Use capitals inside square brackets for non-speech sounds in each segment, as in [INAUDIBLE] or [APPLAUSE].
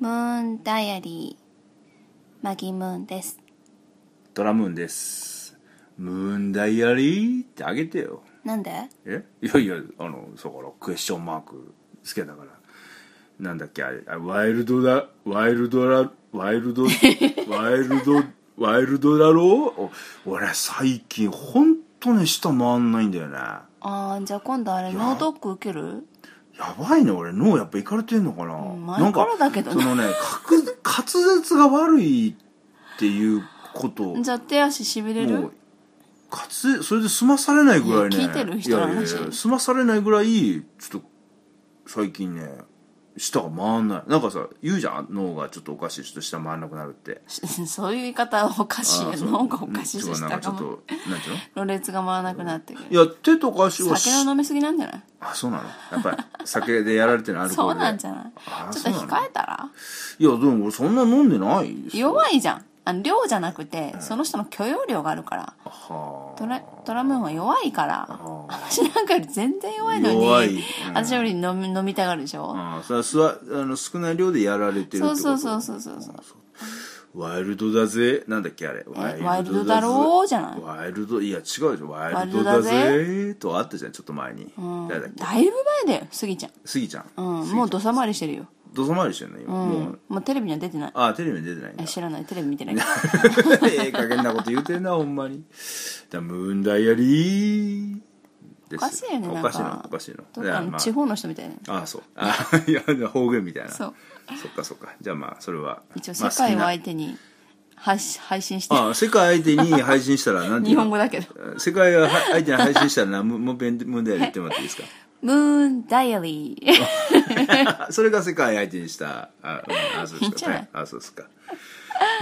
ンダイアリーマギムーンですドラムーンですムーンダイアリーってあげてよなんでえ [LAUGHS] いやいやあのそこらクエスチョンマークつけたからなんだっけあれあワイルドだワイルドラワイ [LAUGHS] ルドワイルドワイルドだろお俺最近ほんとね舌回んないんだよねあーじゃあ今度あれや脳ドック受けるやばいね俺脳やっぱいかれてんのかな、うんな前んかからだけどそねのね滑滑舌が悪いっていうことじゃあ手足しびれもうるかつそれで済まされないぐらいねいや聞いてる人の話いやいやいや済まされないぐらいちょっと最近ね舌が回んないなんかさ言うじゃん脳がちょっとおかしいちょっと舌回んなくなるって [LAUGHS] そういう言い方はおかしいよあーそう脳がおかしいしそうな下んかちがょっもうとなんていうろれつが回らなくなってくるのいや手とか足は酒の飲みすぎなんじゃないあそうなのやっぱり酒でやられてるのアルコーそルうでなんじゃないあーちょっとそうなの控えたらいやでも俺そんな飲んでないですよ弱いじゃんあの量じゃなくてその人の許容量があるからはドラドラムーンは弱いから私なんかより全然弱いのに弱いうん私より飲み飲みたがるでしょ、ああそれはすわあの少ない量でやられてるってこそうとそうそうそうそうそうワイルドだぜなんだっけあれえワイルドだろうじゃないワイルドいや違うじゃんワイルドワイだルドだぜとあったじゃんちょっと前に、うん誰だっけだいぶ前だよスギちゃん、スギちゃん、うん、スギもう土佐回りしてるよ、どさまりしてんのう今、ん、もうもうテレビには出てないああテレビに出てないんだえ知らないテレビ見てない [LAUGHS] ええ加減なこと言うてんなほんまにだムーンダイアリーでおかしいよねおなんかしいのかおかしいのどっいやかまのあ地方の人みたいな、ああそうあいや方言みたいなそうそっかそっかじゃあまあそれは一応ま世あ好き界をな相手に配信配信してああ世界相手に配信したらなんてい日うの本語だけ [LAUGHS] ど世界を相手に配信したら [LAUGHS] なももうペンムンダイアリーってもらっていいですか「ムーンダイアリー」 [LAUGHS] それが世界相手にしたあ、うんあそういいんで [LAUGHS] すじゃかないはいあそうですか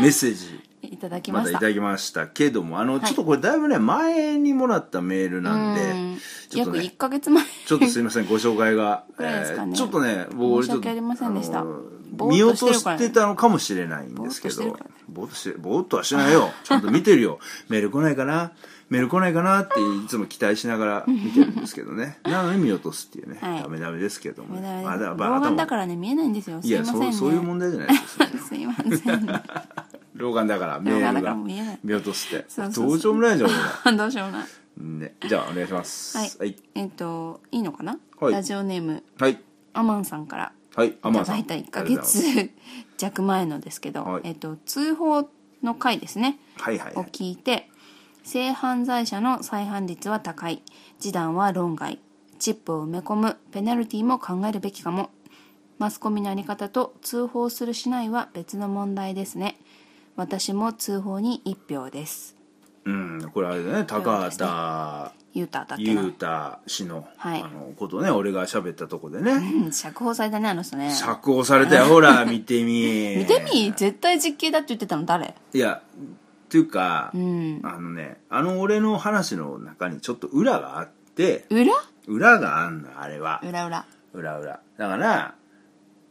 メッセージ [LAUGHS] いただきままたいしたただきましたけどもあの、ちょっとこれだいぶね前にもらったメールなんでうんちょっと約ね1ヶ月前ちょっとすいませんご紹介が、ぐらいですかねちょっとね申し訳ありませんでしたあのぼ見ー落っとしてるとからしねてたのかもしれないんですけぼーっとしてるどからねぼーっとしてぼーっとはしてな [LAUGHS] いよちゃんと見てるよメール来ないかなメール来ないかなっていつも期待しながら見てるんですけ [LAUGHS] どねなのに見落とすっていうね、はいダメダメですけども、ごめんなさいま [LAUGHS] あだま老あ眼頭だからね見えないんですよすいいやませんそねうそういう問題じゃないですよ [LAUGHS] すいませんね老眼だからメ老ー眼だルかがら見えない見落とすってそうそうそうどうしようもないじゃん俺らどうしようもないね、じゃあお願いしますはいはいえっ、といいのかな、はいラジオネームはい、アマンさんからはい、アいたマンさだんいた1あヶりがとうございま月弱前のですけど、はいえっと通報の回ですねすはいはいをはい聞いて性犯罪者の再犯率は高い示談は論外チップを埋め込むペナルティも考えるべきかもマスコミのあり方と通報するしないは別の問題ですね私も通報に一票ですうんこれあれだね高畑言うただっけ裕な太氏の,、はいあのことね俺が喋ったとこでねうん釈放されたねあの人ね釈放されたよほら見て [LAUGHS] み見てみ絶対実刑だって言ってたの誰いやっていうか、うんあのねあの俺の話の中にちょっと裏があって裏裏があんのあれは裏裏裏裏だから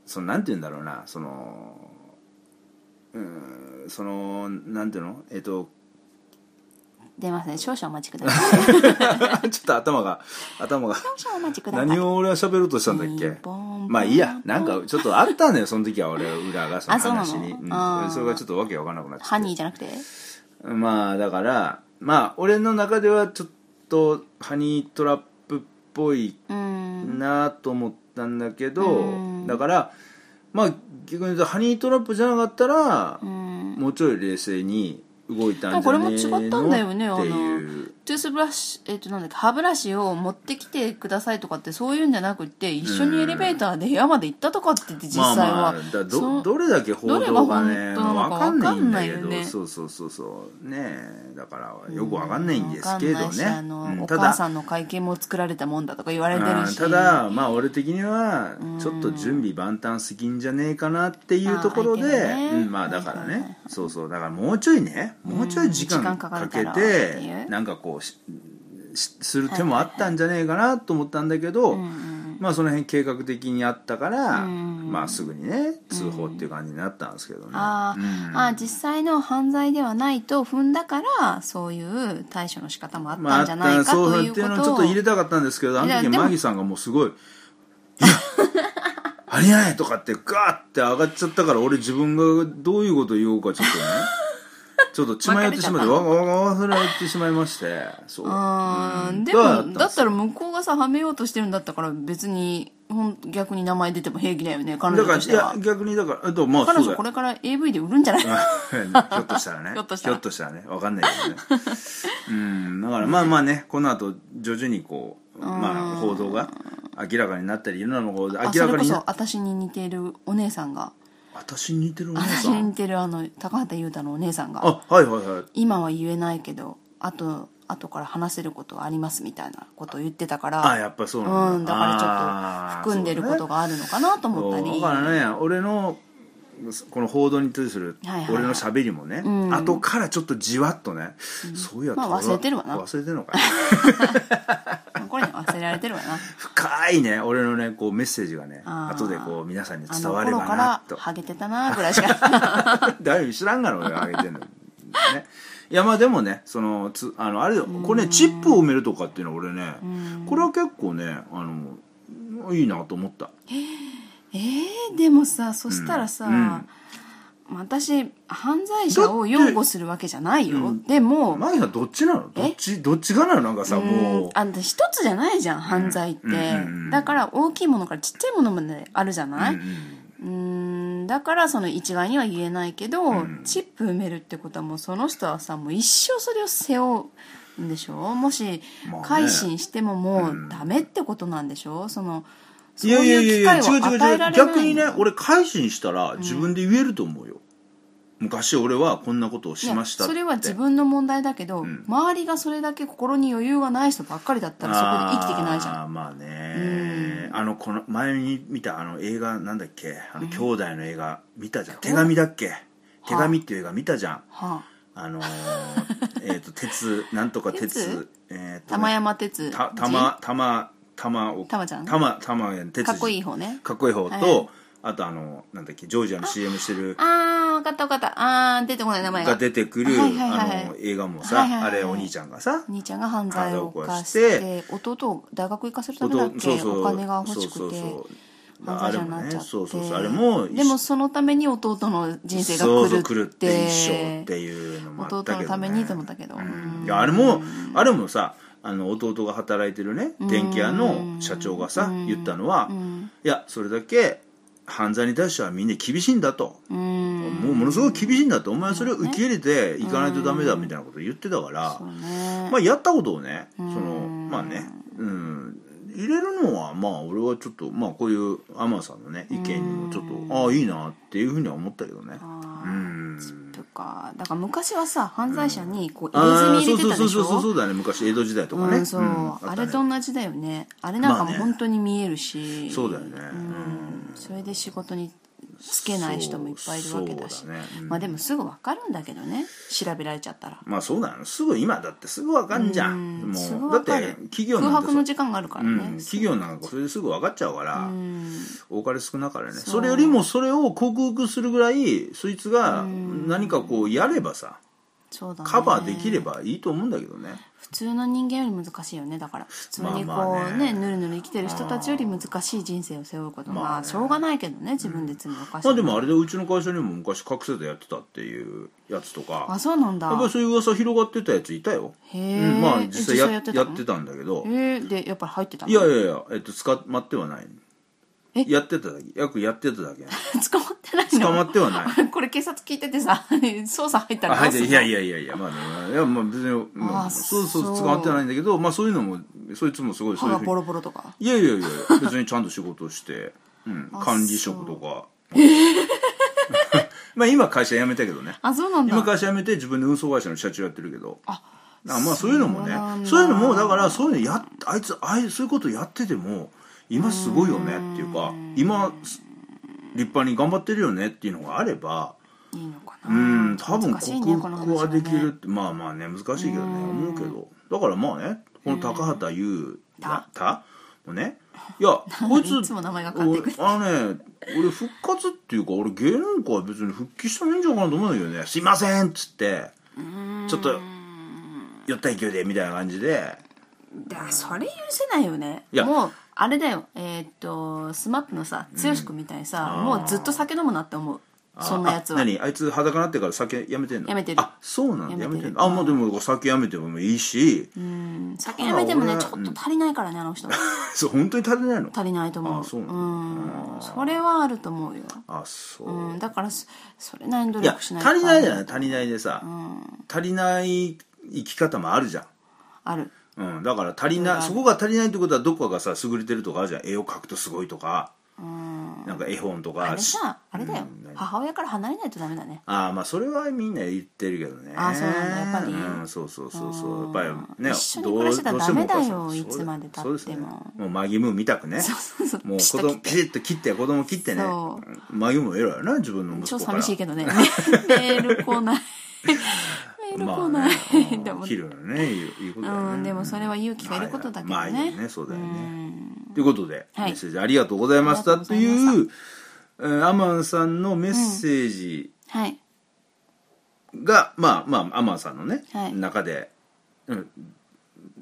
そのなんて言うんだろうなそのうーんそのなんていうのえっと [LAUGHS] 出ますね少々お待ちくださいちょっと頭が頭が少々お待ちください何を俺は喋ろうとしたんだっピンけポンまあいいやなんかちょっとあったねそ [LAUGHS] の時は俺裏がそのあそうなの話にうんあーそれがちょっとわけわかんなくなっちゃってハニーじゃなくてまあだからまあ俺の中ではちょっとハニートラップっぽいうんなあと思ったんだけど、うんだからまあ逆に言うとハニートラップじゃなかったらう、んもうちょい冷静に動いたんじこゃれねも違えったんだよねのあっのていうトゥースブラシえっ、となんだっけ歯ブラシを持ってきてくださいとかってそういうんじゃなくって一緒にエレベーターで部屋まで行ったとかって言って実際は、まあまあだそどのどれだけ報道がねどれがまあわか本ん当なのかないんだけわど、かんないよねそうそうそうそうねえだからよくわかんないんですわかんけどないしねあの、うんおた母ださんの会見も作られたもんだとか言われてあるーしただまあ俺的にはちょっと準備万端すぎんじゃねえかなっていうところで、あー相手がねうん、まあだからはいはいはいねそうそうだからもうちょいねもうちょい時うん時間間かかかるかけらっていてうなんかこうししする手もあったんじゃねえかなと思ったんだけど、うんうんまあその辺計画的にあったから、うんまあすぐにね通報っていう感じになったんですけどね、あー、うんあー実際の犯罪ではないと踏んだからそういう対処の仕方もあったまああんっじゃたないかそうとっいうてこいうのをとちょっをと入れたかったんですけどあのいや時でもマギさんがもうすごい「いやハありえないとかってガーって上がっちゃったから俺自分がどういうこと言おうかちょっとね [LAUGHS] ちょっと血迷ってしまってわわわ忘れてしまいましてそうあうんーでがあもだんっすたら向こうがさはめようとしてるんだったから別にほん逆に名前出ても平気だよね彼女だからといしてやは逆にだからえっとまあ彼そうだ女これから AV で売るんじゃない [LAUGHS] ひょっとしたら [LAUGHS] ねひょっとしたらねわかんないけどねうんだからまあまあねこの後徐々にこうまあ報道が明らかになったりいろんなのがあ明そられこかにそな私に似ているお姉さんが私に似てるお姉私さにん似てるあの高畑優太のお姉さんがあはいはいはい今は言えないけどあと後から話せることはありますみたいなことを言ってたからあやっぱそうなんだうんだからちょっと含んでることがあるのかなと思ったり、だからね俺のこの報道に対するはいはい俺の喋りもね、ん後からちょっとじわっとね、そういやまあトラ忘れてるわな忘れてるのかいこれね忘れられてるわな深いね俺のねこうメッセージがねあー後でこう皆さんにあ [LAUGHS] 伝のわれば頃かならとハゲてたなぐらいしかだいぶ知らんがな俺が上げてんの、ね、いやまあでもねそのつあのあれよこれねチップを埋めるとかっていうのは俺ねこれは結構ねあのいいなと思ったえー、でもさそしたらさ、うん私犯罪者を擁護するわけじゃないよ、でも、マギさんどっちなのどっちどっちがなのなんかさもうんうあの一つじゃないじゃん犯罪って、うんうんうんだから大きいものからちっちゃいものまであるじゃない、うんうーんだからその一概には言えないけど、うんチップ埋めるってことはもうその人はさもう一生それを背負うんでしょもしまあね改心してももうんうダメってことなんでしょそのそいうやいやいやいいう機会をや違う違う与え違うられない逆にね俺改心したら自分で言えると思うよ、昔俺はこんなことをしましたいっやそてれは自分の問題だけど、周りがそれだけ心に余裕がない人ばっかりだったらそこで生きていけないじゃんあーまあねあのこの前に見たあの映画なんだっけあの兄弟の映画見たじゃん手紙だっけ手紙っていう映画見たじゃんは [LAUGHS] あのーえっと鉄なんとか鉄鉄えっあ、と玉ね山哲た玉玉玉を玉ちゃん玉玉やん鉄かっこいいい方ねかっこいい方と、はいあとあのなんだっけジョージアの CM してるああ分かった分かったあー出てこない名前がが出てくる、はいはいはいあの映画もさ、はいはいはいはいあれお兄ちゃんがさ兄ちゃんが犯罪を犯し犯罪て弟を大学行かせるためだっけそうそうお金が欲しくてそうそうそう犯罪者になっちゃって、そうそうそうあれもでもそのために弟の人生がそうそう狂狂っってて一生っていうのもあった弟けど、ね、のためにと思ったけどうんうんいやあれもあれもさあの弟が働いてるね電気屋の社長がさうん言ったのは、うんいやそれだけ犯罪に対してはみんな厳しいんだと、うんもうものすごく厳しいんだとお前はそれを受け入れていかないとダメだみたいなこと言ってたから、そうね、まあ、やったことをね、そのうんまあね、うん、入れるのはまあ俺はちょっとまあこういうアマンさんのね意見にもちょっとああいいなっていうふうには思ったけどね。あうーんとかだから昔はさ犯罪者にこうあ入あれ墨そう入れてそうたそうでしそうそうょそうだね昔江戸時代とかね、うんそう、うんあったれねと同じだよねあれなんかまあもね本当に見えるし、そうだよねうんうんそれで仕事に就けない人もいっぱいいるわけだしそうそうだねうんまあでもすぐ分かるんだけどね調べられちゃったらまあそうだよすぐ今だってすぐわかんじゃん、うんすぐもうだっ分てかる企業空なんて白さの時間があるからうね、ん、企業なんかそれですぐ分かっちゃうから、うん多かれ少なかれねうそれよりもそれを克服するぐらいそいつが何かこうやればさそうだねカバーできればいいと思うんだけどね普通の人間より難しいよねだから普通にこうね,、まあまあねぬるぬる生きてる人たちより難しい人生を背負うことまあまあ、ねしょうがないけどね自分で罪を犯してまあでもあれでうちの会社にも昔覚醒剤やってたっていうやつとあかそうなんだやっぱりそういう噂広がってたやついたよ、へうえ、ん、まあ実際やえやってたのってたんだけどへえでやっぱり入ってたのいやいやいや、えっと、捕まってはないえやってただけよくやって [LAUGHS] ただけ捕まってないの捕まってはな [LAUGHS] いこれ警察聞いててさ [LAUGHS] 捜査入ったあらはどうい、するいやいやいやいやまあ、ね、いやまあ別に、まあ、あそうそうそう捕まってはないんだけどまあそういうのもそいつもすごいそ歯ういうがふうにボロボロとかいやいやいや別にちゃんと仕事 [LAUGHS] して、うん、あ管理職とか [LAUGHS] まあ今会社辞めたけどねあそうなんだ今会社辞めて自分で運送会社の社長やってるけどあだからまあそういうのもねそうなんだそういうのもだからそういうのやっあいつああいうそういうことやってても今すごいよねっていうか今す立派に頑張ってるよねっていうのがあればいいのかなうん多分難しいねこ克の話服はできるっねて、まあまあね難しいけどね思うけどだからまあねこの高畑優たたもね [LAUGHS] いやこいついつも名前が変わってくる俺あのね俺復活っていうか俺芸能界は別に復帰してもいいんじゃないかなと思うんだけどね「すいません」っつってちょっと酔った勢いでみたいな感じでだからそれ許せないよねいやもうあれだよえーっとスマップのさ剛君みたいにさ、あーもうずっと酒飲むなって思うあそんなやつあは何あいつ裸になってから酒やめてんのやめてるあそうなんだややめめてるてんのあもうでも酒やめてもいいし、うん酒やめてもねちただょ俺っと足りないからねあの人 [LAUGHS] そう本当に足りないの足りないと思うあそうなうんそれはあると思うよあそう、うんだからそそれなりに努いや力し足ないりないじゃないい足りないでさ、足りない生き方もあるじゃんあるうん、だから足りない、そこが足りないってことはどこかがさ優れてるとかあるじゃん絵を描くとすごいとか、なんか絵本とかあれさあれだよ、うん何母親から離れないとダメだねああまあそれはみんな言ってるけどねあそうなんだやっぱりうん、そうそうそうそうやっぱりね一緒に暮らしてたらどうしてもお母さんダメだよそういつまで経ってもそうですねもうマギムーみたくねそうそうもう子切った供ピシッと切って子供切ってねそマギムー偉いよな自分の息超子から寂しいけどね [LAUGHS] メール来 [LAUGHS] ないメール来ない、うん [LAUGHS] でも切るのねいういうことだよねうんでもそれは勇気がいることだけどねはいはいまあいいよねそうだよねということで、はいメッセージありがとうございましたありがととうございまいうえーアマンさんのメッセージはいが、まあまあアマンさんのね、はい中で、うん、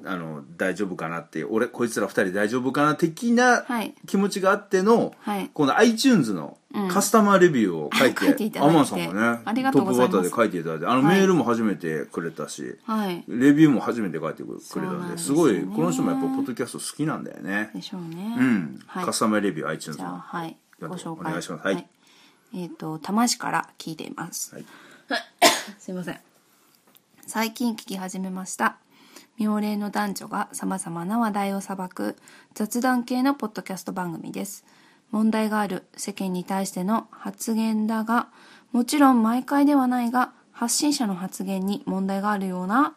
あの大丈夫かなって俺こいつら二人大丈夫かな的なはい気持ちがあっての、はいこの iTunes のカスタマーレビューを書いて,、書いていただいアてマンさんもねありがとうございますトップバッターで書いていただいてあのメはいールも初めてくれたし、はいレビューも初めて書いてくれたそうんなでんすですよねごいこの人もやっぱポッドキャスト好きなんだよねでしょうねうん、はいカスタマーレビュー iTunes じゃあのはいご紹介お願いしますはいえっ、と多摩市から聞いています、はい [COUGHS] すいません最近聞き始めました妙齢の男女がさまざまな話題を裁く雑談系のポッドキャスト番組です問題がある世間に対しての発言だがもちろん毎回ではないが発信者の発言に問題があるような、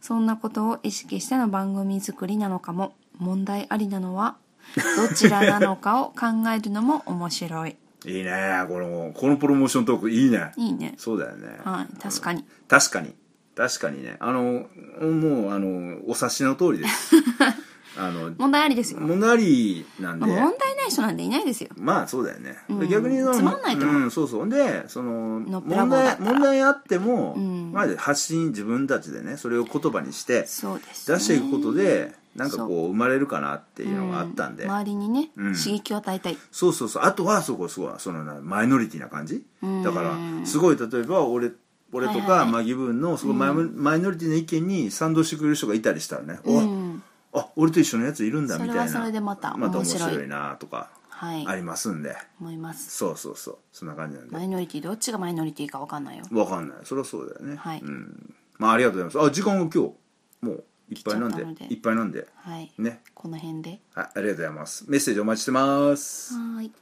そんなことを意識しての番組作りなのかも問題ありなのはどちらなのかを考えるのも面白いいいねこのこのプロモーショントークいいねいいねそうだよね、はい確かに確かに確かにねあのもうあのお察しの通りです [LAUGHS] あの問題ありですよ、まもなりなんあで、問題ない人なんていないですよまあそうだよね、逆にそのつまんないと思ううん、そうそうでそののっぺら問ぼうだ題ったら問題あっても、んまあ、発信自分たちでねそれを言葉にしてそうです、ね、出していくことでなんかそこう生まれるかなっていうのがあったんで、周りにね、うん刺激を与えたいそうそうそうあとはそこそうそのなマイノリティな感じだからすごい例えば俺俺とはいかはいマギ分のそのマイ,、マイノリティの意見に賛同してくれる人がいたりしたらね、おいうんあ俺と一緒のやついるんだみたいなそれはそれでまた面面白白いいなとかはいありますんで、思いますそうそうそうそんな感じなんでマイノリティどっちがマイノリティか分かんないよわかんないそれはそうだよね、はいうんまあありがとうございますあ時間が今日もういっぱいなんで来ちゃったのでいっぱいなんではいねこの辺ではいありがとうございますメッセージお待ちしてますはーい